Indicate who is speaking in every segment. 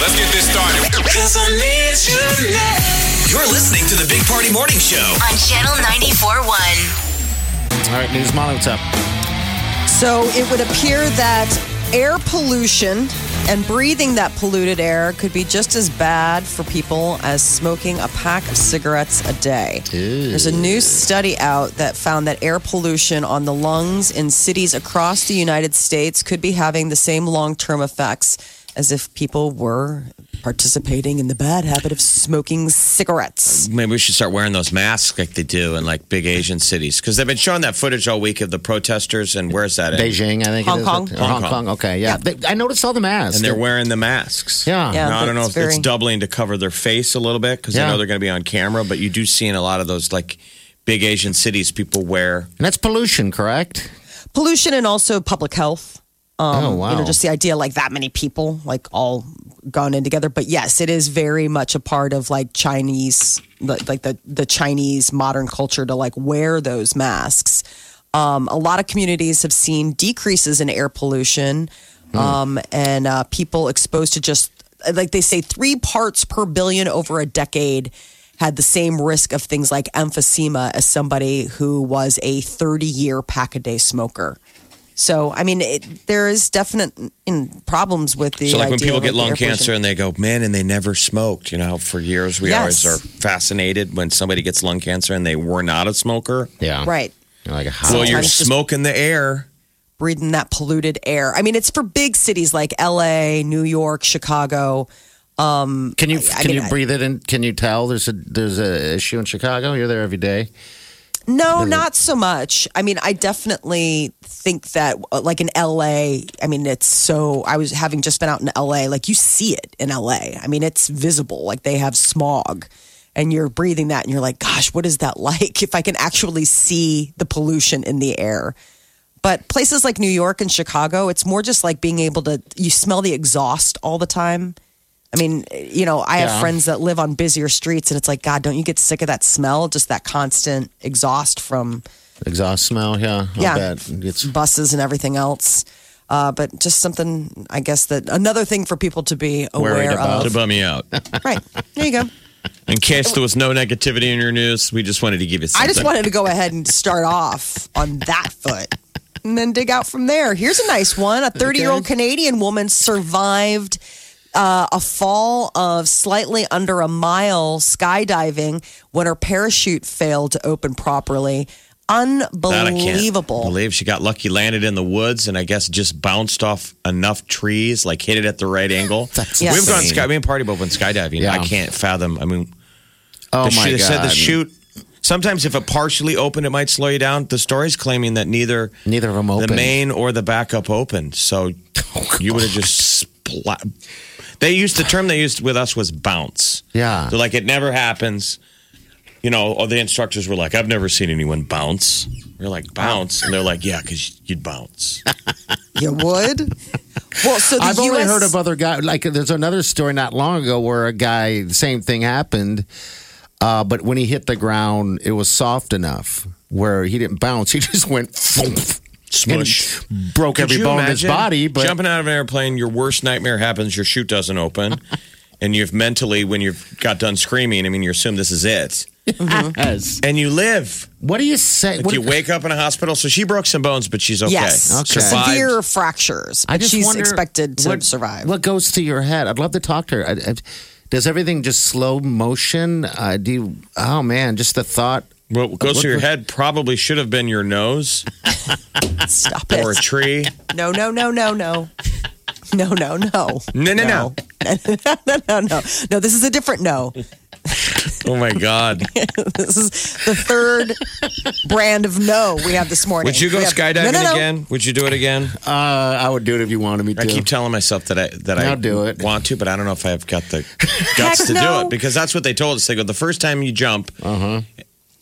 Speaker 1: Let's get this started.
Speaker 2: You're listening to the Big Party Morning Show.
Speaker 3: on Channel 94.1.
Speaker 4: All right, News Molly, what's up?
Speaker 5: So it would appear that air pollution and breathing that polluted air could be just as bad for people as smoking a pack of cigarettes a day. There's a new study out that found that air pollution on the lungs in cities across the United States could be having the same long term effects as if people were participating in the bad habit of smoking cigarettes.
Speaker 4: Maybe we should start wearing those masks like they do in like big Asian cities because they've been showing that footage all week of the protesters and where's that? at?
Speaker 6: Beijing, I think.
Speaker 5: Hong
Speaker 6: it is.
Speaker 5: Kong.
Speaker 6: Or
Speaker 4: Hong
Speaker 6: Hong,
Speaker 4: Kong.
Speaker 6: Kong. Okay, yeah. They- I noticed all the masks.
Speaker 4: and they're wearing the masks.
Speaker 6: Yeah.
Speaker 5: Yeah.
Speaker 4: Now, I don't know if
Speaker 5: It's
Speaker 4: it's
Speaker 5: very-
Speaker 4: doubling to cover their face a little bit because I
Speaker 6: Yeah.
Speaker 4: know they're going to be on camera, but you do see in a lot of those like big Asian cities, people wear.
Speaker 6: And that's pollution, correct?
Speaker 5: pollution and also public health. Um,
Speaker 6: Oh,
Speaker 5: You know,
Speaker 6: wow.
Speaker 5: just the idea like that many people, like all gone in together. But yes, it is very much a part of like Chinese, the- like the, the Chinese modern culture to like wear those masks. Um, a lot of communities have seen decreases in air pollution
Speaker 6: Hmm.
Speaker 5: um, and uh, people exposed to just, like they say, three parts per billion over a decade had the same risk of things like emphysema as somebody who was a 30 year pack a day smoker. So, I mean, it, there is definite mm, problems with the.
Speaker 4: so, like when
Speaker 5: idea
Speaker 4: people
Speaker 5: of,
Speaker 4: get
Speaker 5: the
Speaker 4: lung
Speaker 5: air pollution.
Speaker 4: cancer and they go, man, and they never smoked. You know, how for years we
Speaker 5: Yes.
Speaker 4: always are fascinated when somebody gets lung cancer and they were not a smoker.
Speaker 6: Yeah.
Speaker 5: Right.
Speaker 6: Like a hot.
Speaker 4: Well, you're
Speaker 5: Sometimes just-
Speaker 4: smoking the air.
Speaker 5: breathing that polluted air. I mean, it's for big cities like LA, New York, Chicago.
Speaker 6: can you
Speaker 5: I
Speaker 6: can
Speaker 5: mean,
Speaker 6: you
Speaker 5: I-
Speaker 6: breathe it in? Can you tell there's a there's a issue in Chicago? You're there every day.
Speaker 5: No, not so much. I mean, I definitely think that, uh, like in LA, I mean, it's so. I was having just been out in LA, like you see it in LA. I mean, it's visible. Like they have smog, and you're breathing that, and you're like, gosh, what is that like? If I can actually see the pollution in the air. But places like New York and Chicago, it's more just like being able to, you smell the exhaust all the time. I mean, you know, I have
Speaker 6: Yeah.
Speaker 5: friends that live on busier streets and it's like, God, don't you get sick of that smell? Just that constant exhaust from
Speaker 6: Exhaust smell. Yeah. I
Speaker 5: Yeah.
Speaker 6: bet. It's
Speaker 5: buses and everything else. Uh, but just something, I guess, that another thing for people to be aware
Speaker 6: Worried about.
Speaker 5: of.
Speaker 4: To bum me out.
Speaker 5: Right. There you go.
Speaker 4: In case there was no negativity in your news, we just wanted to give you something.
Speaker 5: I just wanted to go ahead and start off on that foot and then dig out from there. Here's a nice one. A 30 year old Canadian woman survived uh, a fall of slightly under a mile skydiving when her parachute failed to open properly.
Speaker 4: That I can't
Speaker 5: Unbelievable.
Speaker 4: believe she got lucky, landed in the woods, and I guess just bounced off enough trees, like hit it at the right angle.
Speaker 5: Yes.
Speaker 4: We've gone
Speaker 6: insane.
Speaker 4: sky, me and Party Bob went skydiving.
Speaker 6: Yeah.
Speaker 4: I can't fathom. I mean,
Speaker 6: oh
Speaker 4: the
Speaker 6: my
Speaker 4: shoe- they
Speaker 6: god.
Speaker 4: said the chute. Sometimes if it partially opened, it might slow you down. The story's claiming that neither
Speaker 6: Neither of them opened.
Speaker 4: the main or the backup opened, so
Speaker 6: Oh,
Speaker 4: you would have just splat. They used the term they used with us was bounce.
Speaker 6: Yeah.
Speaker 4: They're like, it never happens. You know, all the instructors were like, I've never seen anyone bounce. We're like, bounce. And they're like, yeah, because you'd bounce.
Speaker 5: You would? Well, so the
Speaker 6: I've
Speaker 5: US,
Speaker 6: only heard of other guys. Like, there's another story not long ago where a guy, the same thing happened, uh, but when he hit the ground, it was soft enough where he didn't bounce. He just went thump,
Speaker 4: Smush.
Speaker 6: and broke
Speaker 4: Could
Speaker 6: every
Speaker 4: you
Speaker 6: bone in his
Speaker 4: imagine
Speaker 6: body. But
Speaker 4: jumping out of an airplane, your worst nightmare happens, your chute doesn't open. and you've mentally, when you've got done screaming, I mean, you assume this is it.
Speaker 6: Yes.
Speaker 4: And you live.
Speaker 6: what do you say?
Speaker 4: If
Speaker 6: Mm-hmm. what-
Speaker 4: you wake up in a hospital, so she broke some bones, but she's okay.
Speaker 5: Yes.
Speaker 6: Okay.
Speaker 4: Survived.
Speaker 5: Severe fractures. But
Speaker 6: I just
Speaker 5: she's
Speaker 6: wonder
Speaker 5: expected to
Speaker 6: what-
Speaker 5: survive.
Speaker 6: What goes through your head? I'd love to talk to her. I, I, does everything just slow motion? Uh, do you, oh man, just the thought.
Speaker 4: What goes
Speaker 6: What-
Speaker 4: through your
Speaker 6: what-
Speaker 4: head probably should have been your nose
Speaker 5: Stop
Speaker 4: or
Speaker 5: it.
Speaker 4: a tree.
Speaker 5: No, no, no, no, no. No, no, no.
Speaker 4: No, no, no.
Speaker 5: no, no, no. No, this is a different no.
Speaker 4: Oh my God.
Speaker 5: This is the third brand of no we have this morning.
Speaker 4: Would you go
Speaker 5: We have-
Speaker 4: skydiving
Speaker 5: No, no, no.
Speaker 4: again? Would you do it again?
Speaker 6: Uh, I would do it if you wanted me to.
Speaker 4: I keep telling myself that I that I
Speaker 6: Now do it.
Speaker 4: want to, but I don't know if I've got the guts to
Speaker 5: no.
Speaker 4: do it because that's what they told us. They go the first time you jump,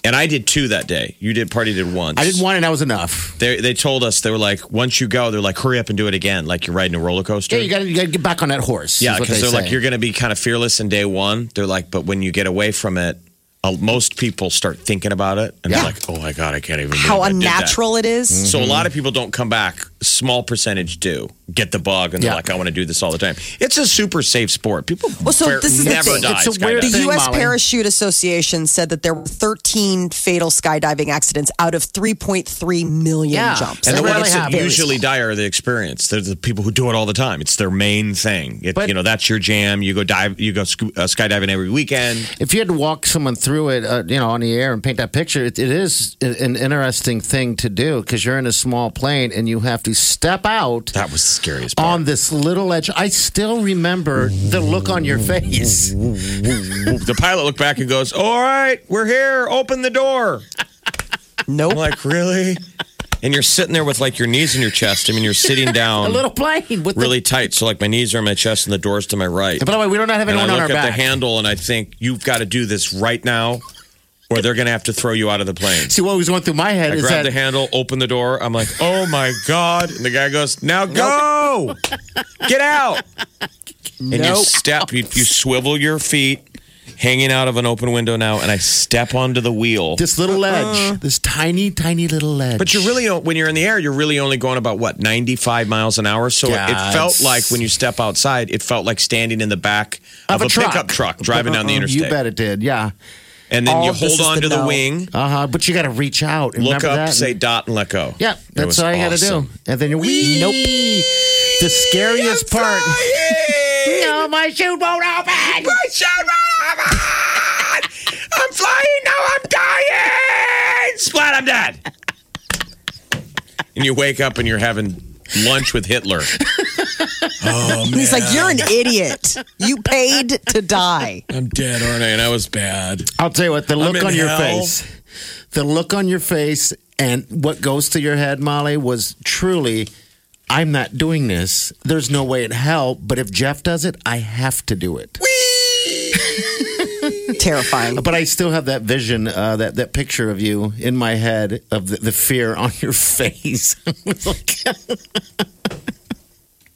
Speaker 4: and I did two that day. You did party did once.
Speaker 6: Uh-huh. I did one and that was enough.
Speaker 4: They they told us they were like once you go, they're like hurry up and do it again, like you're riding a roller coaster.
Speaker 6: Yeah, you got you to get back on that horse.
Speaker 4: Yeah,
Speaker 6: is what
Speaker 4: because
Speaker 6: they
Speaker 4: they're like
Speaker 6: say.
Speaker 4: you're going to be kind of fearless in day one. They're like, but when you get away from it, uh, most people start thinking about it, and
Speaker 6: Yeah.
Speaker 4: they're like, oh my god, I can't even.
Speaker 5: How
Speaker 4: believe I did that."
Speaker 5: unnatural it is.
Speaker 4: So a
Speaker 6: Mm-hmm.
Speaker 4: lot of people don't come back. Small percentage do get the bug, and they're
Speaker 6: Yeah.
Speaker 4: like, "I want to do this all the time." It's a super safe sport. People
Speaker 5: Well, so
Speaker 4: fair-
Speaker 5: this is the
Speaker 4: never
Speaker 5: thing.
Speaker 4: die.
Speaker 6: It's a weird
Speaker 4: skydiving.
Speaker 5: The
Speaker 6: thing,
Speaker 5: U.S.
Speaker 6: Molly.
Speaker 5: Parachute Association said that there were 13 fatal skydiving accidents out of 3.3 million
Speaker 6: Yeah.
Speaker 5: jumps.
Speaker 4: and
Speaker 6: It
Speaker 4: the
Speaker 6: rarely
Speaker 4: ones that
Speaker 6: happens.
Speaker 4: usually die are the experience. They're the people who do it all the time. It's their main thing. It,
Speaker 6: But-
Speaker 4: you know, that's your jam. You go dive. You go scu- uh, skydiving every weekend.
Speaker 6: if you had to walk someone through it, uh, you know, on the air and paint that picture, it, it is a- an interesting thing to do because you're in a small plane and you have to step out
Speaker 4: That was the scariest. Part.
Speaker 6: on this little edge. I still remember the look on your face.
Speaker 4: the pilot looked back and goes, "All right, we're here. Open the door."
Speaker 5: Nope.
Speaker 4: I'm like, really? And you're sitting there with like your knees in your chest. I mean, you're sitting down.
Speaker 6: A little plane with
Speaker 4: really
Speaker 6: The,
Speaker 4: tight. So like my knees are on my chest and the door's to my right.
Speaker 6: And by the way, we do not have
Speaker 4: and I
Speaker 6: anyone on
Speaker 4: look
Speaker 6: our
Speaker 4: at the
Speaker 6: back.
Speaker 4: handle and I think you've got to do this right now, or they're gonna have to throw you out of the plane.
Speaker 6: See what was going through my head
Speaker 4: I
Speaker 6: is that
Speaker 4: grab the handle, open the door. I'm like, oh my god! And the guy goes, now go, get out. And you
Speaker 5: Nope.
Speaker 4: step, you, you swivel your feet, hanging out of an open window now, and I step onto the wheel.
Speaker 6: this little edge, this tiny, tiny little ledge.
Speaker 4: Uh-huh. But you're really when you're in the air, you're really only going about what 95 miles an hour. So it, it
Speaker 6: God.
Speaker 4: felt like when you step outside, it felt like standing in the back of, a, pickup truck driving down the
Speaker 6: Uh-uh,
Speaker 4: interstate.
Speaker 6: You bet it did. Yeah.
Speaker 4: And then
Speaker 5: All
Speaker 4: you
Speaker 5: of this
Speaker 4: hold
Speaker 5: is
Speaker 4: on
Speaker 5: the
Speaker 4: to the
Speaker 5: no.
Speaker 4: wing,
Speaker 6: Uh huh. But you got to reach out. And
Speaker 4: look
Speaker 6: remember
Speaker 4: up,
Speaker 6: that.
Speaker 4: say dot, and let go.
Speaker 6: Yeah,
Speaker 4: It
Speaker 6: that's
Speaker 4: was
Speaker 6: what I got to do.
Speaker 4: awesome.
Speaker 6: And then you're wee. Nope. The scariest part. no, my chute won't open.
Speaker 4: My children, I'm on! I'm flying now. I'm dying. Splat! I'm dead. and you wake up and you're having lunch with Hitler.
Speaker 5: And he's like, you're an idiot. You paid to die.
Speaker 4: I'm dead, aren't I? And I was bad.
Speaker 6: I'll tell you what. The
Speaker 4: I'm
Speaker 6: look
Speaker 4: in
Speaker 6: on your
Speaker 4: hell.
Speaker 6: face. The look on your face and what goes to your head, Molly, was truly. I'm not doing this. There's no way in hell. But if Jeff does it, I have to do it.
Speaker 5: Terrifying.
Speaker 6: But I still have that vision, uh, that that picture of you in my head of the, the fear on your face. It's like-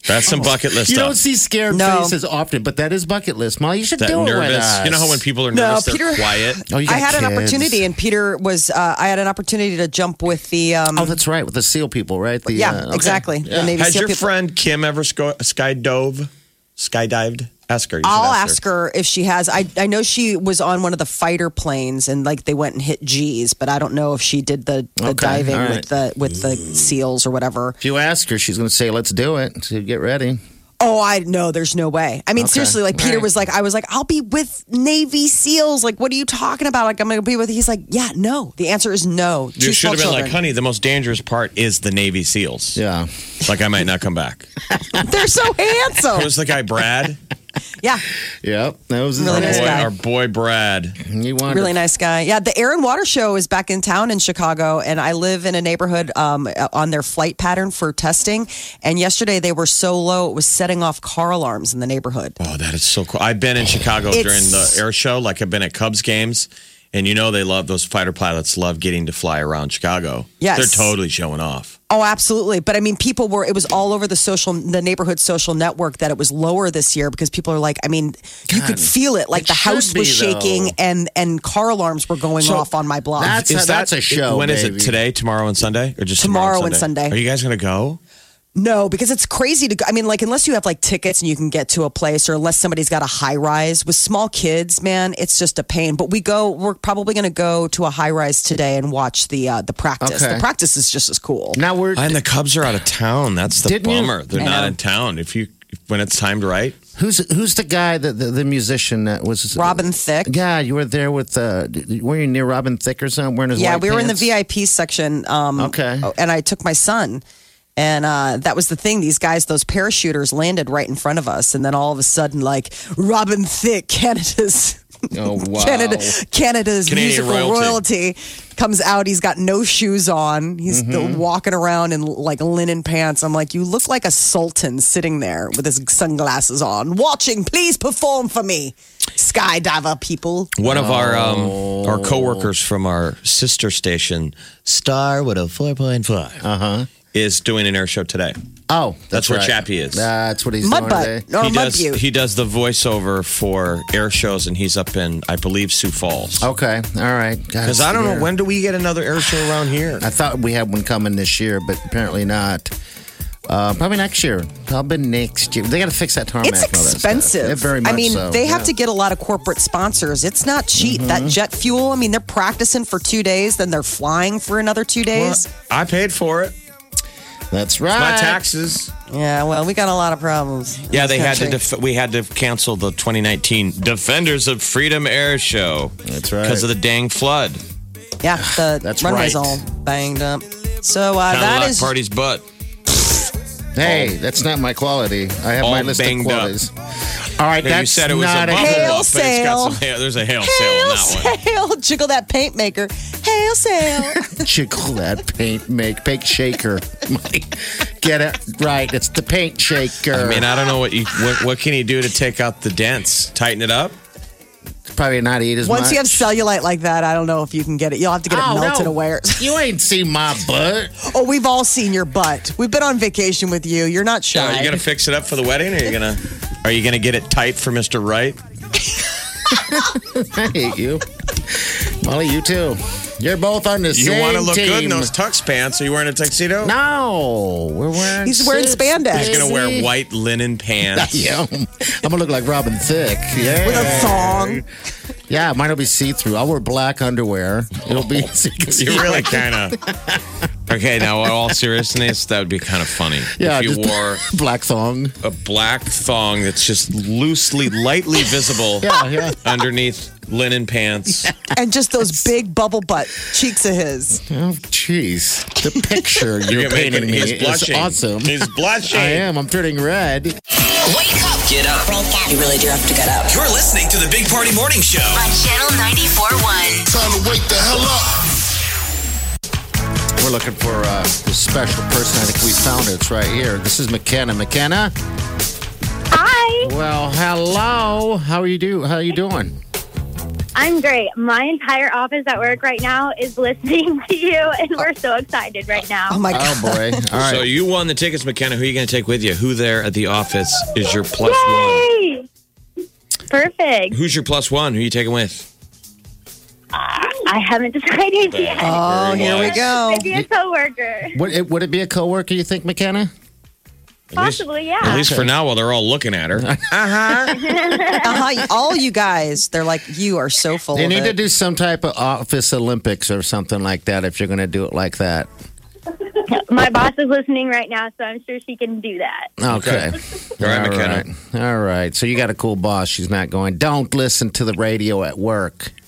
Speaker 4: That's some bucket list
Speaker 6: you
Speaker 4: stuff.
Speaker 6: don't see scared
Speaker 5: No.
Speaker 6: faces often, but that is bucket list. Molly, you should
Speaker 4: that
Speaker 6: do it with
Speaker 4: nervous.
Speaker 6: us.
Speaker 4: You know how when people are
Speaker 5: No,
Speaker 4: nervous,
Speaker 5: Peter-
Speaker 4: they're quiet.
Speaker 6: Oh, you
Speaker 5: I
Speaker 6: got
Speaker 5: had an
Speaker 6: kids.
Speaker 5: opportunity, and Peter was. Uh, I had an opportunity to jump with the. Um,
Speaker 6: Oh, that's right, with the SEAL people, right? The,
Speaker 5: yeah,
Speaker 6: uh, okay.
Speaker 5: exactly. The Navy
Speaker 4: Has
Speaker 5: SEAL
Speaker 4: your
Speaker 5: people.
Speaker 4: friend Kim ever sco- skydove, skydived? Ask her. You should
Speaker 5: I'll ask her if she has. I I know she was on one of the fighter planes and like they went and hit G's, but I don't know if she did the, the
Speaker 6: Okay,
Speaker 5: diving
Speaker 6: all
Speaker 5: with the with the seals or whatever.
Speaker 6: If you ask her, she's going to say, "Let's do it." So get ready.
Speaker 5: Oh, I no, there's no way. I mean, seriously, like Peter
Speaker 6: All right.
Speaker 5: was like, I was like, I'll be with Navy SEAls. Like, what are you talking about? Like, I'm going to be with. He's like, yeah, no. The answer is no.
Speaker 4: You
Speaker 5: Two
Speaker 4: should
Speaker 5: small
Speaker 4: have been like,
Speaker 5: children.
Speaker 4: honey, the most dangerous part is the Navy SEALs.
Speaker 6: Yeah,
Speaker 4: Like, I might not come back.
Speaker 5: They're so
Speaker 4: It
Speaker 5: handsome.
Speaker 4: was the guy, Brad.
Speaker 5: yeah,
Speaker 6: yep. That was
Speaker 5: Really nice
Speaker 4: Boy,
Speaker 5: guy.
Speaker 4: our boy, Brad.
Speaker 6: You wanted
Speaker 5: really nice guy. Yeah, the Air and Water Show is back in town in Chicago, and I live in a neighborhood um, on their flight pattern for testing. And yesterday they were so low it was setting off car alarms in the neighborhood.
Speaker 4: Oh, that is so cool. I've been in Chicago
Speaker 5: It's-
Speaker 4: during the air show, like I've been at Cubs games, and you know they love those fighter pilots love getting to fly around Chicago.
Speaker 5: Yes.
Speaker 4: They're totally showing off.
Speaker 5: Oh, absolutely. But I mean, people were, it was all over the social, the neighborhood social network that it was lower this year because people are like, I mean, you could feel it. Like
Speaker 6: It
Speaker 5: the house
Speaker 6: should be,
Speaker 5: was shaking
Speaker 6: though.
Speaker 5: and, and car alarms were going
Speaker 4: So,
Speaker 5: off on my block.
Speaker 6: that's- So that's a show,
Speaker 4: When is
Speaker 6: baby.
Speaker 4: it? Today, tomorrow, and Sunday, or just
Speaker 5: Tomorrow and Sunday.
Speaker 4: Are you guys gonna go?
Speaker 5: no, because it's crazy to, go- I mean, like, unless you have like tickets and you can get to a place or unless somebody's got a high rise with small kids, man, it's just a pain. But we go, we're probably going to go to a high rise today and watch the, uh, the practice.
Speaker 6: Okay.
Speaker 5: The practice is just as cool.
Speaker 6: Now we're
Speaker 4: And the Cubs are out of town. That's the
Speaker 6: Didn't you-
Speaker 4: bummer. They're
Speaker 6: I
Speaker 4: not
Speaker 6: know.
Speaker 4: in town. If you when it's timed right,
Speaker 6: who's who's the guy that the, the musician that was
Speaker 5: Robin Thicke.
Speaker 6: Yeah, you were there with uh, were you near Robin Thicke or something? Wearing his
Speaker 5: Yeah,
Speaker 6: white
Speaker 5: we were in the
Speaker 6: pants?
Speaker 5: VIP section. Um,
Speaker 6: Okay.
Speaker 5: And I took my son. And uh, that was the thing. These guys, those parachuters, landed right in front of us. And then all of a sudden, like, Robin Thicke, Canada's
Speaker 6: Oh wow!
Speaker 5: Canada, Canada's
Speaker 4: Canadian
Speaker 5: musical
Speaker 4: royalty.
Speaker 5: royalty. comes out. He's got no shoes on. He's still walking around in like linen pants. I'm like, you look like a sultan sitting there with his sunglasses on, watching. Please perform for me, skydiver people.
Speaker 4: One of our um, our coworkers from our sister station, Star with a four point five, uh huh, is doing an air show today.
Speaker 6: Oh,
Speaker 4: That's where Chappie is.
Speaker 6: That's what he's doing
Speaker 5: Mudbutt
Speaker 6: today.
Speaker 5: or
Speaker 4: he does
Speaker 5: Mudbutte.
Speaker 4: he does the voiceover for air shows, and he's up in I believe Sioux Falls.
Speaker 6: Okay, all right.
Speaker 4: Because I don't know when do we get another air show around here?
Speaker 6: I thought we had one coming this year, but apparently not. Uh, probably next year. Probably next year. They got to fix that tarmac.
Speaker 5: It's
Speaker 6: and all that stuff.
Speaker 5: expensive.
Speaker 6: Yeah, very much
Speaker 5: I mean,
Speaker 6: so,
Speaker 5: they have
Speaker 6: yeah.
Speaker 5: to get a lot of corporate sponsors. It's not cheap. That jet fuel. I mean, they're practicing for two days, then they're flying for another two days.
Speaker 4: I paid for it.
Speaker 6: That's right.
Speaker 4: My taxes.
Speaker 5: Yeah. Well, we got a lot of problems. in
Speaker 4: Yeah,
Speaker 5: this
Speaker 4: they had to.
Speaker 5: country.
Speaker 4: Def- we had to cancel the 2019 Defenders of Freedom Air Show.
Speaker 6: That's right.
Speaker 4: Because of the dang flood.
Speaker 5: Uh, Yeah, the
Speaker 6: That's
Speaker 5: runway's
Speaker 6: right.
Speaker 5: all banged up. So uh,
Speaker 4: Kind of
Speaker 5: that
Speaker 4: locked
Speaker 5: is
Speaker 4: party's butt.
Speaker 6: Hey, that's not my quality. I have
Speaker 4: All
Speaker 6: my list of
Speaker 4: banged up.
Speaker 6: qualities. All right,
Speaker 4: Yeah, you
Speaker 6: that's
Speaker 4: said it was
Speaker 6: not
Speaker 4: a bubble
Speaker 5: hail
Speaker 4: up, but it's got
Speaker 5: sale.
Speaker 4: some hail. There's a hail, sale on
Speaker 5: hail
Speaker 4: that one.
Speaker 5: sale. Jiggle that paint maker. Hail sale.
Speaker 6: Jiggle that paint make paint shaker. Get it right. It's the paint shaker.
Speaker 4: I mean, I don't know what you what, what can you do to take out the dents? Tighten it up?
Speaker 6: probably not eat as
Speaker 5: Once
Speaker 6: much.
Speaker 5: you have cellulite like that, I don't know if you can get it. You'll have to get
Speaker 6: Oh,
Speaker 5: it melted
Speaker 6: no.
Speaker 5: away.
Speaker 6: you ain't seen my butt.
Speaker 5: Oh, we've all seen your butt. We've been on vacation with you. You're not shy.
Speaker 4: Are you gonna fix it up for the wedding? Or are you gonna Are you gonna get it tight for Mister Wright?
Speaker 6: I hate you, Molly. You too. You're both on the
Speaker 4: You
Speaker 6: same
Speaker 4: want to look
Speaker 6: team.
Speaker 4: good in those tux pants? Are you wearing a tuxedo?
Speaker 6: no, we're wearing.
Speaker 5: He's wearing
Speaker 6: suits,
Speaker 5: spandex.
Speaker 6: baby.
Speaker 4: He's gonna wear white linen pants.
Speaker 6: Yeah, I'm gonna look like Robin Thicke. Yeah,
Speaker 5: With a thong.
Speaker 6: yeah. Mine will be see through. I'll wear black underwear. It'll be. so you can see
Speaker 4: You really kind of. Okay, now in all seriousness, that would be kind of funny
Speaker 6: Yeah,
Speaker 4: if you
Speaker 6: just-
Speaker 4: wore
Speaker 6: black thong.
Speaker 4: a black thong that's just loosely, lightly visible
Speaker 6: Yeah, yeah.
Speaker 4: underneath linen pants.
Speaker 5: And just those big bubble butt cheeks of his.
Speaker 6: Oh, jeez. The picture you're,
Speaker 4: You're making-
Speaker 6: painting me
Speaker 4: he's
Speaker 6: is
Speaker 4: blushing.
Speaker 6: awesome.
Speaker 4: He's blushing.
Speaker 6: I am. I'm turning red.
Speaker 3: Wake up.
Speaker 2: Get up.
Speaker 3: You really do have to get up.
Speaker 2: You're listening to the Big Party Morning Show.
Speaker 3: On Channel 94.1.
Speaker 1: Time to wake the hell up.
Speaker 6: We're looking for uh, this special person. I think we found it. It's right here. This is McKenna. McKenna.
Speaker 7: Hi,
Speaker 6: Well, hello. How are you do? How are you doing?
Speaker 7: I'm great. My entire office at work right now is listening to you, and we're so excited right
Speaker 5: Oh
Speaker 7: now.
Speaker 5: my god.
Speaker 6: Oh boy. All right.
Speaker 4: So you won the tickets, McKenna. Who are you going to take with you? Who there at the office is your plus one?
Speaker 7: Yay! Perfect.
Speaker 4: Who's your plus one? Who are you taking with?
Speaker 7: I haven't decided yet.
Speaker 5: Oh, here we go.
Speaker 4: Uh,
Speaker 7: Maybe a coworker.
Speaker 6: would it would it be a coworker? You think, McKenna?
Speaker 7: Possibly, yeah.
Speaker 4: At least for now, while they're all looking at her.
Speaker 5: Uh-huh. All you guys, they're like, you are so full
Speaker 6: They
Speaker 5: of
Speaker 6: need
Speaker 5: it.
Speaker 6: to do some type of office Olympics or something like that. If you're going to do it like that.
Speaker 7: My boss is listening right now, so I'm sure she can do that.
Speaker 6: Okay.
Speaker 4: All right, McKenna.
Speaker 6: right. All right. So you got a cool boss. She's not going. Don't listen to the radio at work.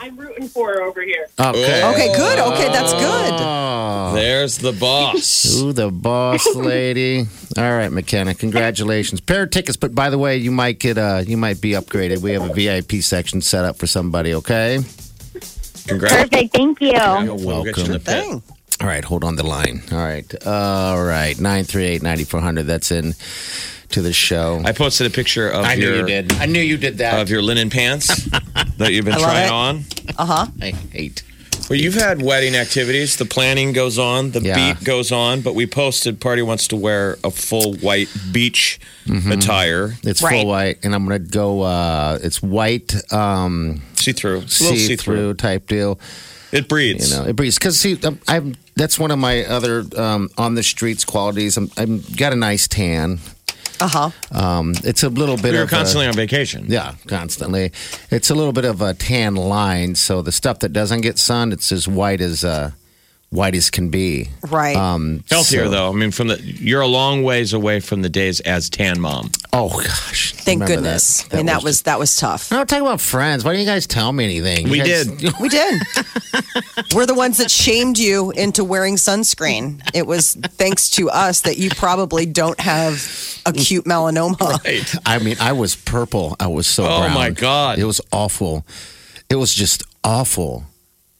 Speaker 8: I'm rooting for her over here.
Speaker 6: Okay.
Speaker 5: Okay, good. Okay, that's good.
Speaker 6: Oh.
Speaker 4: There's the boss.
Speaker 6: Ooh, the boss lady. All right, McKenna. Congratulations. Pair of tickets, but by the way, you might get uh you might be upgraded. We have a VIP section set up for somebody, okay?
Speaker 4: Congrats.
Speaker 7: Perfect. Thank you.
Speaker 4: Oh, We'll get you in the pit.
Speaker 5: Dang.
Speaker 6: All right, hold on the line. All right. All right. 938-9400. That's in to the show.
Speaker 4: I posted a picture of
Speaker 6: I
Speaker 4: your
Speaker 6: I knew you did that.
Speaker 4: of your linen pants that you've been
Speaker 5: love
Speaker 4: trying
Speaker 5: it.
Speaker 4: on.
Speaker 6: I hate.
Speaker 4: Well, you've had wedding activities. The planning goes on, the
Speaker 6: Yeah.
Speaker 4: beat goes on, but we posted party wants to wear a full white beach attire,
Speaker 6: Mm-hmm. It's
Speaker 5: Right.
Speaker 6: full white and I'm going to go uh it's white um
Speaker 4: see through, see
Speaker 6: see-through
Speaker 4: through.
Speaker 6: type deal.
Speaker 4: It breathes.
Speaker 6: You know, it breathes. Because see, I'm, I'm that's one of my other um, on the streets qualities. I'm, I'm got a nice tan.
Speaker 5: Uh-huh.
Speaker 6: Um, it's a little bit
Speaker 4: we were
Speaker 6: of a-
Speaker 4: constantly on vacation.
Speaker 6: yeah, constantly. It's a little bit of a tan line. So the stuff that doesn't get sun, it's as white as uh, white as can be.
Speaker 5: Right.
Speaker 6: Um,
Speaker 4: Healthier
Speaker 6: so-
Speaker 4: though. I mean, from the you're a long ways away from the days as tan mom.
Speaker 6: Oh gosh!
Speaker 5: Thank
Speaker 6: Remember
Speaker 5: goodness. I mean, that was that was tough.
Speaker 6: I don't talk about friends. Why don't you guys tell me anything? You
Speaker 4: We
Speaker 6: guys-
Speaker 4: did.
Speaker 5: We did. We're the ones that shamed you into wearing sunscreen. It was thanks to us that you probably don't have acute melanoma.
Speaker 4: Right.
Speaker 6: I mean, I was purple. I was so
Speaker 4: Oh,
Speaker 6: brown.
Speaker 4: my God.
Speaker 6: It was awful. It was just awful.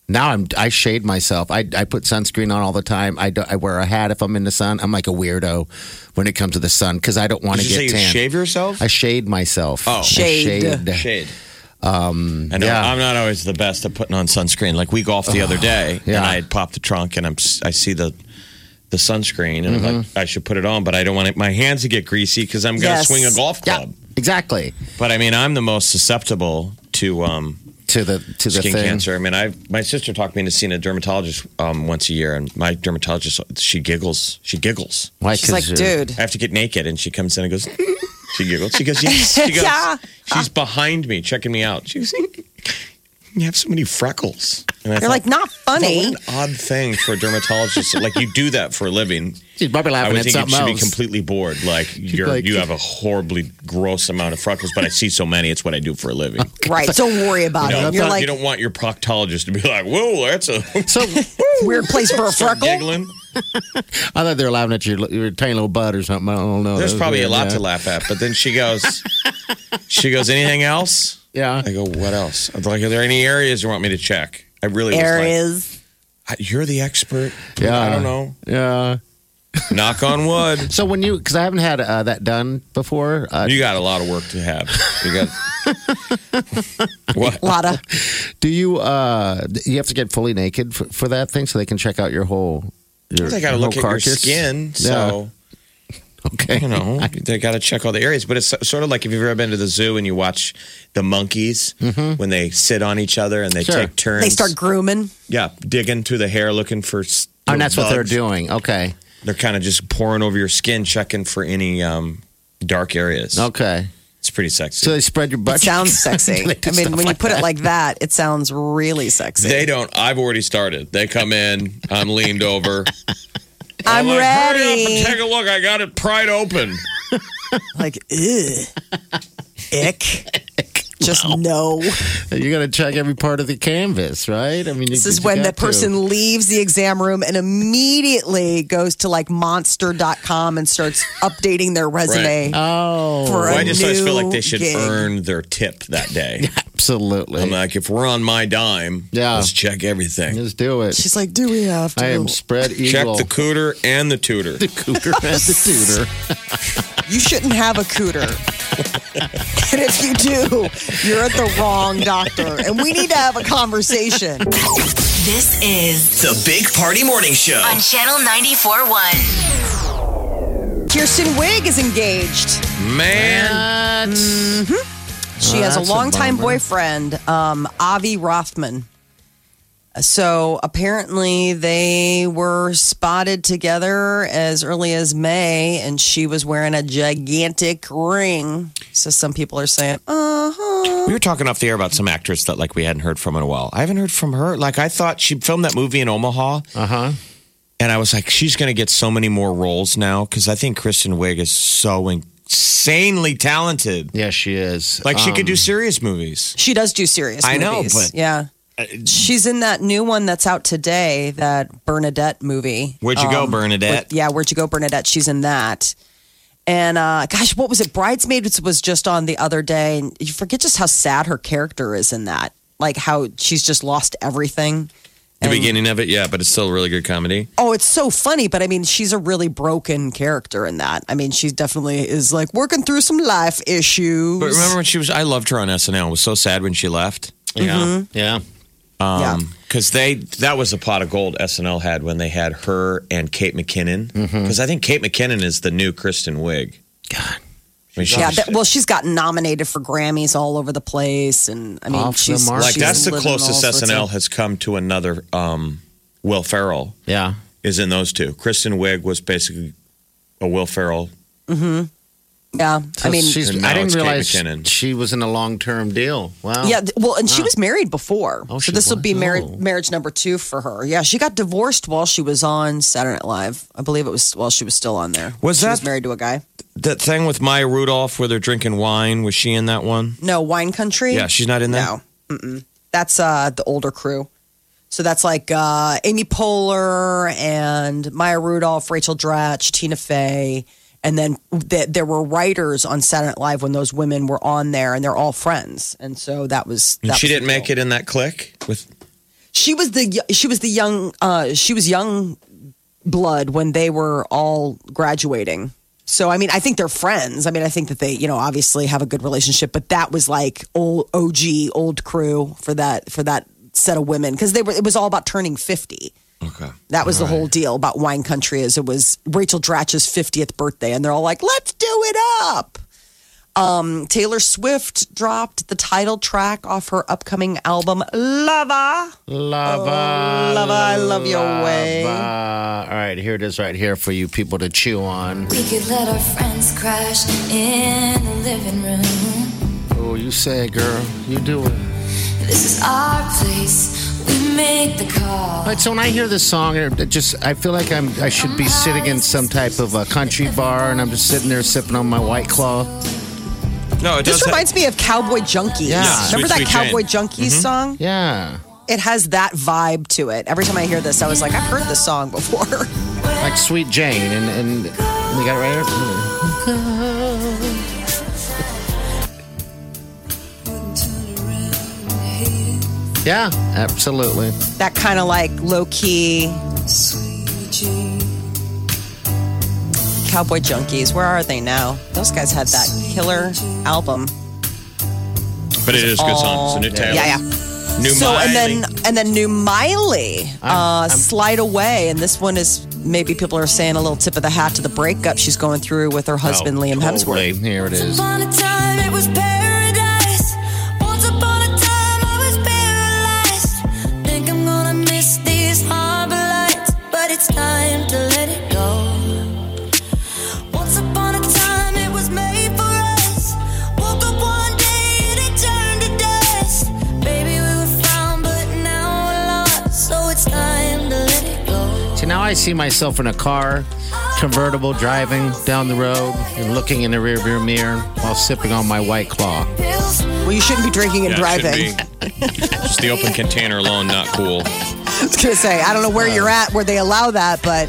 Speaker 6: Now I'm I shade myself. I, I put sunscreen on all the time. I, do, I wear a hat if I'm in the sun. I'm like a weirdo when it comes to the sun because I don't want to
Speaker 4: Did you say
Speaker 6: get
Speaker 4: you
Speaker 6: tan.
Speaker 4: shave yourself?
Speaker 6: I shade myself.
Speaker 4: Oh.
Speaker 6: I
Speaker 5: Shade.
Speaker 4: Shade. Um, I know
Speaker 6: uh, yeah. Oh,
Speaker 4: I'm not always the best at putting on sunscreen. Like we golfed the other day,
Speaker 6: yeah.
Speaker 4: and I had popped the trunk, and I'm s- I see the the sunscreen, and I'm
Speaker 6: Mm-hmm.
Speaker 4: like, I should put it on, but I don't want it, my hands to get greasy because I'm going to
Speaker 5: Yes.
Speaker 4: swing a golf
Speaker 6: Yeah,
Speaker 4: club.
Speaker 6: exactly.
Speaker 4: But I mean, I'm the most susceptible to um,
Speaker 6: To the to the
Speaker 4: skin
Speaker 6: thing.
Speaker 4: cancer. I mean, I my sister talked me into seeing a dermatologist um, once a year, and my dermatologist she giggles, she giggles.
Speaker 6: Why?
Speaker 5: She's like,
Speaker 6: 'Cause you're-
Speaker 5: dude,
Speaker 4: I have to get naked, and she comes in and goes, she giggles. She goes, yes. She goes,
Speaker 5: Yeah.
Speaker 4: she's behind me, checking me out. She goes, you have so many freckles. And I
Speaker 5: you're like not funny.
Speaker 4: What an odd thing for a dermatologist. like you do that for a living.
Speaker 6: She's probably
Speaker 4: I
Speaker 6: laughing
Speaker 4: would
Speaker 6: at
Speaker 4: think it
Speaker 6: something
Speaker 4: should be
Speaker 6: else.
Speaker 4: completely bored. Like you're,
Speaker 6: like-
Speaker 4: you have a horribly gross amount of freckles, but I see so many. It's what I do for a living.
Speaker 5: Right. Don't worry about
Speaker 4: You, know,
Speaker 5: it. You're like
Speaker 4: you don't want your proctologist to be like, "Whoa, that's a
Speaker 6: so
Speaker 5: weird place for a
Speaker 4: start
Speaker 5: freckle.
Speaker 4: giggling."
Speaker 6: I thought they were laughing at your, your tiny little butt or something. I don't know.
Speaker 4: There's
Speaker 6: Oh, That was
Speaker 4: probably a
Speaker 6: weird,
Speaker 4: lot
Speaker 6: yeah.
Speaker 4: to laugh at. But then she goes, she goes, anything else?
Speaker 6: Yeah.
Speaker 4: I go, what else? I'm like, are there any areas you want me to check? I really was
Speaker 5: Areas.
Speaker 4: like, "I- you're the expert.
Speaker 6: Yeah.
Speaker 4: I don't know.
Speaker 6: Yeah.
Speaker 4: Knock on wood.
Speaker 6: So when you, because I haven't had uh, that done before. Uh,
Speaker 4: You got a lot of work to have. You got what?
Speaker 5: lot of
Speaker 6: do you? Uh, you have to get fully naked for, for that thing, so they can check out your whole. Your,
Speaker 4: They got to
Speaker 6: your
Speaker 4: look at
Speaker 6: whole
Speaker 4: your
Speaker 6: carcass?
Speaker 4: skin.
Speaker 6: Yeah.
Speaker 4: So,
Speaker 6: okay.
Speaker 4: you know, they got to check all the areas. But it's so- sort of like if you've ever been to the zoo and you watch the monkeys when they sit on each other and they
Speaker 6: Mm-hmm. Sure.
Speaker 4: take turns.
Speaker 5: they start grooming.
Speaker 4: Yeah, digging through the hair looking for. s-
Speaker 6: Oh, and that's what they're
Speaker 4: bugs.
Speaker 6: doing. Okay.
Speaker 4: They're kind of just pouring over your skin, checking for any um, dark areas.
Speaker 6: Okay.
Speaker 4: It's pretty sexy.
Speaker 6: So they spread your
Speaker 5: It
Speaker 6: butt.
Speaker 5: sounds sexy.
Speaker 6: They do
Speaker 5: I mean,
Speaker 6: stuff
Speaker 5: when you
Speaker 6: like
Speaker 5: put it like that, it sounds really sexy.
Speaker 4: they don't. I've already started. They come in. I'm leaned over.
Speaker 5: I'm
Speaker 4: like, Hurry up
Speaker 5: ready.
Speaker 4: and take a look. I got it pried open.
Speaker 5: like, ugh. Ick. Just no.
Speaker 6: you got to check every part of the canvas, right? I mean,
Speaker 5: This is when the person leaves the exam room and immediately goes to like monster.com and starts updating their resume
Speaker 6: Oh,
Speaker 5: for
Speaker 4: Well,
Speaker 5: a
Speaker 4: I just always feel like they
Speaker 5: new
Speaker 4: should
Speaker 5: gig.
Speaker 4: earn their tip that day.
Speaker 6: absolutely.
Speaker 4: I'm like, if we're on my dime,
Speaker 6: Yeah.
Speaker 4: let's check everything.
Speaker 6: Just do it.
Speaker 5: She's like, do we have to?
Speaker 6: I am spread eagle.
Speaker 4: Check the cooter and the tutor.
Speaker 6: cooter as the tutor.
Speaker 5: you shouldn't have a cooter. and if you do, you're at the wrong doctor. And we need to have a conversation.
Speaker 3: This is
Speaker 2: The Big Party Morning Show.
Speaker 3: on Channel 94.1.
Speaker 5: Kirsten Wig is engaged.
Speaker 4: Man,
Speaker 5: She
Speaker 4: Oh,
Speaker 5: has a
Speaker 6: that's a
Speaker 5: longtime
Speaker 6: bummer.
Speaker 5: boyfriend, um, Avi Rothman. So apparently they were spotted together as early as May, and she was wearing a gigantic ring. So some people are saying, uh huh.
Speaker 4: we were talking off the air about some actress that like we hadn't heard from in a while. I haven't heard from her. Like I thought she filmed that movie in Omaha,
Speaker 6: Uh huh.
Speaker 4: and I was like, she's going to get so many more roles now because I think Kristen Wiig is so insanely talented.
Speaker 6: Yeah, she is.
Speaker 4: Like she could do
Speaker 6: Um,
Speaker 4: serious movies.
Speaker 5: She does do serious.
Speaker 4: I know,
Speaker 5: movies.
Speaker 4: but- uh,
Speaker 5: yeah. She's in that new one that's out today, that Bernadette movie.
Speaker 4: Where'd you go, Bernadette?
Speaker 5: um, With- yeah, Where'd You Go, Bernadette? She's in that. And uh, gosh, what was it? Bridesmaids was just on the other day. And you forget just how sad her character is in that. Like how she's just lost everything.
Speaker 4: the beginning of it, yeah, but it's still a really good comedy.
Speaker 5: Oh, it's so funny. But I mean, she's a really broken character in that. I mean, she definitely is like working through some life issues.
Speaker 4: But remember when she was? I loved her on SNL. It was so sad when she left. Yeah.
Speaker 6: Yeah.
Speaker 5: yeah.
Speaker 4: Because they that was a pot of gold SNL had when they had her and Kate McKinnon. Because
Speaker 5: Mm-hmm.
Speaker 4: I think Kate McKinnon is the new Kristen Wiig.
Speaker 6: God.
Speaker 4: I mean, she's
Speaker 5: Yeah,
Speaker 4: just-
Speaker 5: that, well, she's gotten nominated for Grammys all over the place, and I mean,
Speaker 6: Off the
Speaker 5: she's
Speaker 6: mark.
Speaker 4: like
Speaker 5: she's
Speaker 4: that's the
Speaker 5: living all
Speaker 4: closest
Speaker 5: sorts of-
Speaker 4: SNL has come to another um, Will Ferrell
Speaker 6: Yeah.
Speaker 4: is in those two. Kristen Wiig was basically a Will Ferrell.
Speaker 5: Yeah, I mean,
Speaker 6: she's,
Speaker 4: And
Speaker 6: I
Speaker 4: now
Speaker 6: didn't
Speaker 4: it's Kate
Speaker 6: realize
Speaker 4: McKinnon.
Speaker 6: she was in a long term deal.
Speaker 4: Oh.
Speaker 6: Wow.
Speaker 5: yeah. th- Well, and she was married before,
Speaker 6: Oh,
Speaker 5: so
Speaker 6: she
Speaker 5: this will be
Speaker 6: was?
Speaker 5: marriage
Speaker 6: Oh.
Speaker 5: marriage number two for her. Yeah, she got divorced while she was on Saturday Night Live. I believe it was while she was still on there.
Speaker 4: Was
Speaker 5: she
Speaker 4: that-
Speaker 5: was married to a guy?
Speaker 4: That thing with Maya Rudolph where they're drinking wine was she in that one?
Speaker 5: No, Wine Country.
Speaker 4: Yeah, she's not in that.
Speaker 5: No, Mm-mm. that's uh the older crew. So that's like uh, Amy Poehler and Maya Rudolph, Rachel Dratch, Tina Fey, And then th- there were writers on Saturday Night Live when those women were on there, and they're all friends. And so that was.
Speaker 4: And
Speaker 5: That
Speaker 4: she
Speaker 5: was the
Speaker 4: didn't make
Speaker 5: deal.
Speaker 4: it in that clique with
Speaker 5: She was the y- she was the young uh, she was young blood when they were all graduating. So I mean, I think they're friends. I mean, I think that they you know obviously have a good relationship, but that was like old OG old crew for that for that set of women because they were it was all about turning fifty.
Speaker 4: Okay.
Speaker 5: That was the whole deal about wine country is it was Rachel Dratch's 50th birthday and they're all like, let's do it up. Um, Taylor Swift dropped the title track off her upcoming album, Lava.
Speaker 6: Lava.
Speaker 5: Lava, I love Oh, your way.
Speaker 6: Lava. All right, here it is right here for you people to chew on.
Speaker 1: We could let our friends crash in the living room.
Speaker 6: Oh, you say, it, girl, you do it.
Speaker 1: This is our place. We make the call.
Speaker 6: But so when I hear this song, it just I feel like I'm I should be sitting in some type of a country bar, and I'm just sitting there sipping on my white claw.
Speaker 4: No, it
Speaker 5: This
Speaker 4: does
Speaker 5: reminds me of Cowboy Junkies.
Speaker 6: Yeah.
Speaker 5: Remember
Speaker 4: Sweet,
Speaker 5: that
Speaker 4: sweet Jane.
Speaker 5: Cowboy Junkies song?
Speaker 6: Yeah,
Speaker 5: It has that vibe to it. Every time I hear this, I was like, I've heard this song before.
Speaker 6: like Sweet Jane, and and we got it right here. Yeah, absolutely.
Speaker 5: that kind of like low key. Cowboy Junkies, where are they now? Those guys had that killer album.
Speaker 4: but it is a good song. It's a new talent.
Speaker 5: Oh, Yeah, yeah.
Speaker 4: New
Speaker 5: so
Speaker 4: Miley.
Speaker 5: and then and then New Miley, uh, Slide Away, and this one is maybe people are saying a little tip of the hat to the breakup she's going through with her husband
Speaker 4: Oh,
Speaker 5: Liam Hemsworth.
Speaker 6: Totally. Here it
Speaker 1: Once
Speaker 6: is.
Speaker 1: upon a time, it was paradise. Once upon a time, I was paralyzed. Think I'm gonna miss these harbor lights, but it's time to let it go. Once upon a time, it was made for us. Woke up one day and it turned to dust. Baby, we were found, but now we're lost. So it's time to let it go.
Speaker 6: So now I see myself in a car, convertible, driving down the road and looking in the rearview mirror while sipping on my white claw.
Speaker 1: Pills
Speaker 5: Well, you shouldn't be drinking and
Speaker 4: Yeah, it
Speaker 5: driving.
Speaker 4: should be. Just the open container alone, not cool.
Speaker 5: I was gonna say I don't know where you're at where they allow that, but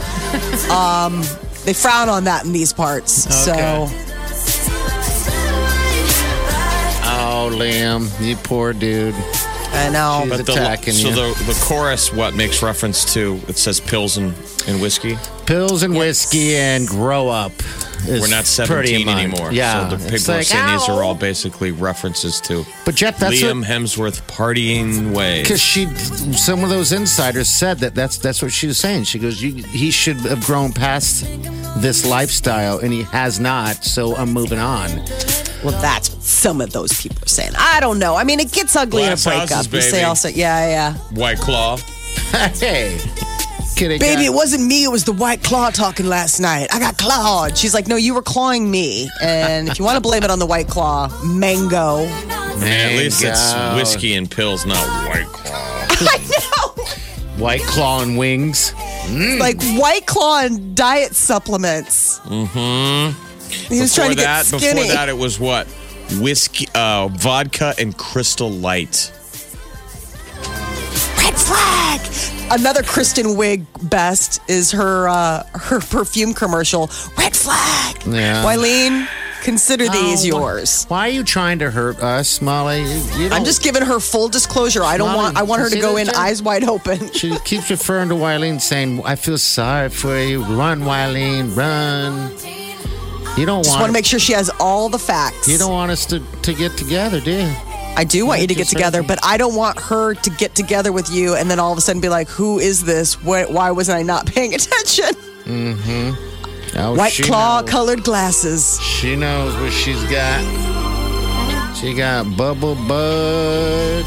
Speaker 5: um, they frown on that in these parts. So.
Speaker 6: Oh, Liam, you poor dude.
Speaker 5: I know.
Speaker 6: But
Speaker 4: the,
Speaker 6: attacking
Speaker 4: so
Speaker 6: you.
Speaker 4: the the chorus what makes reference to it says pills and, and whiskey.
Speaker 6: Pills and whiskey and grow up. is
Speaker 4: We're not
Speaker 6: pretty
Speaker 4: seventeen
Speaker 6: much-
Speaker 4: anymore.
Speaker 6: Yeah.
Speaker 4: so the
Speaker 6: It's
Speaker 4: people are
Speaker 6: like,
Speaker 4: saying these are
Speaker 6: ow.
Speaker 4: all basically references to
Speaker 6: But Jeff, that's
Speaker 4: Liam
Speaker 6: what.
Speaker 4: Hemsworth partying ways.
Speaker 6: Because she, some of those insiders said that that's that's what she was saying. She goes, you, he should have grown past this lifestyle, and he has not. So I'm moving on.
Speaker 5: Well, that's what some of those people are saying. I don't know. I mean, it gets ugly
Speaker 4: Glass
Speaker 5: in a breakup.
Speaker 4: houses,
Speaker 5: You say
Speaker 4: baby.
Speaker 5: also, yeah, yeah.
Speaker 4: White Claw.
Speaker 6: hey, kidding,
Speaker 5: Baby, it wasn't me. It was the white claw talking last night. I got clawed. She's like, no, you were clawing me. And if you want to blame it on the white claw, mango.
Speaker 4: Man, at least it's
Speaker 6: uh,
Speaker 4: whiskey and pills, not White Claw.
Speaker 5: I know.
Speaker 6: White claw and wings.
Speaker 5: Like white claw and diet supplements. Mm-hmm. He was trying to get
Speaker 4: that,
Speaker 5: skinny.
Speaker 4: before that, it was what whiskey, uh, vodka, and Crystal Light.
Speaker 5: Red flag. Another Kristen Wiig best is her uh, her perfume commercial. Red flag.
Speaker 6: Yeah.
Speaker 5: Wileen, consider these yours.
Speaker 6: Why are you trying to hurt us, Molly? You, you
Speaker 5: I'm
Speaker 6: don't-
Speaker 5: just giving her full disclosure. I don't
Speaker 6: Molly,
Speaker 5: want. I want her to
Speaker 6: see
Speaker 5: go
Speaker 6: that
Speaker 5: in
Speaker 6: thing?
Speaker 5: eyes wide open.
Speaker 6: She keeps referring to Wileen, saying, "I feel sorry for you. Run, Wileen, run." You don't
Speaker 5: Just
Speaker 6: want
Speaker 5: want to make sure she has all the facts.
Speaker 6: You don't want us to, to get together, do you?
Speaker 5: I do want you to get together, but I don't want her to get together with you and then all of a sudden be like, "Who is this? Why, why wasn't I not paying attention?"
Speaker 6: Oh,
Speaker 5: White
Speaker 6: she
Speaker 5: claw
Speaker 6: knows.
Speaker 5: colored glasses.
Speaker 6: She knows what she's got. She got bubble bud.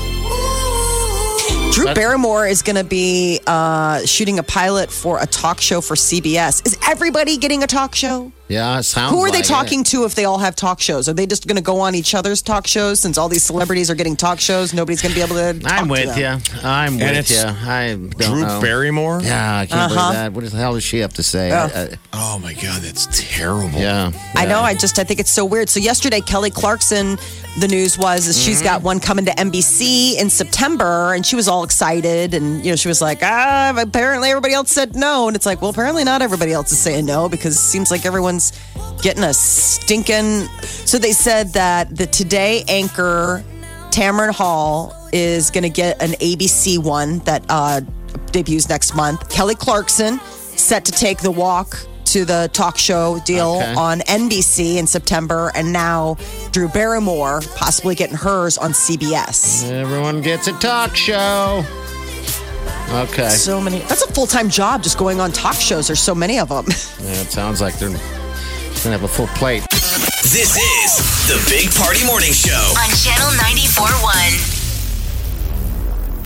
Speaker 5: Drew
Speaker 6: That's-
Speaker 5: Barrymore is going to be uh, shooting a pilot for a talk show for CBS. Is everybody getting a talk show?
Speaker 6: Yeah, it sounds.
Speaker 5: Who are they
Speaker 6: like
Speaker 5: talking
Speaker 6: it.
Speaker 5: to if they all have talk shows? Are they just going to go on each other's talk shows since all these celebrities are getting talk shows? Nobody's going to be able to. Talk
Speaker 6: I'm
Speaker 5: to
Speaker 6: with
Speaker 5: them.
Speaker 6: you. I'm
Speaker 4: And
Speaker 6: with
Speaker 4: it's
Speaker 6: you. I don't
Speaker 4: Drew
Speaker 6: know.
Speaker 4: Barrymore.
Speaker 6: Yeah, I can't
Speaker 5: Uh-huh.
Speaker 6: believe that. What the hell does she have to say?
Speaker 5: Yeah.
Speaker 6: I- I-
Speaker 4: Oh my God, that's terrible.
Speaker 6: yeah,
Speaker 5: I know.
Speaker 6: yeah.
Speaker 5: I just I think it's so weird. So yesterday, Kelly Clarkson, the news was is
Speaker 6: Mm-hmm.
Speaker 5: she's got one coming to NBC in September, and she was all excited, and you know she was like, ah, apparently everybody else said no, and it's like, well, apparently not everybody else is saying no because it seems like everyone's getting a stinking. So they said that the Today anchor, Tamron Hall, is going to get an ABC one that uh, debuts next month. Kelly Clarkson set to take the walk to the talk show deal
Speaker 6: Okay.
Speaker 5: on NBC in September, and now Drew Barrymore possibly getting hers on CBS.
Speaker 6: Everyone gets a talk show. Okay.
Speaker 5: So many. That's a full time job just going on talk shows. There's so many of them.
Speaker 6: yeah, it sounds like they're gonna have a full plate.
Speaker 2: This is the Big Party Morning Show.
Speaker 3: on Channel 94.1.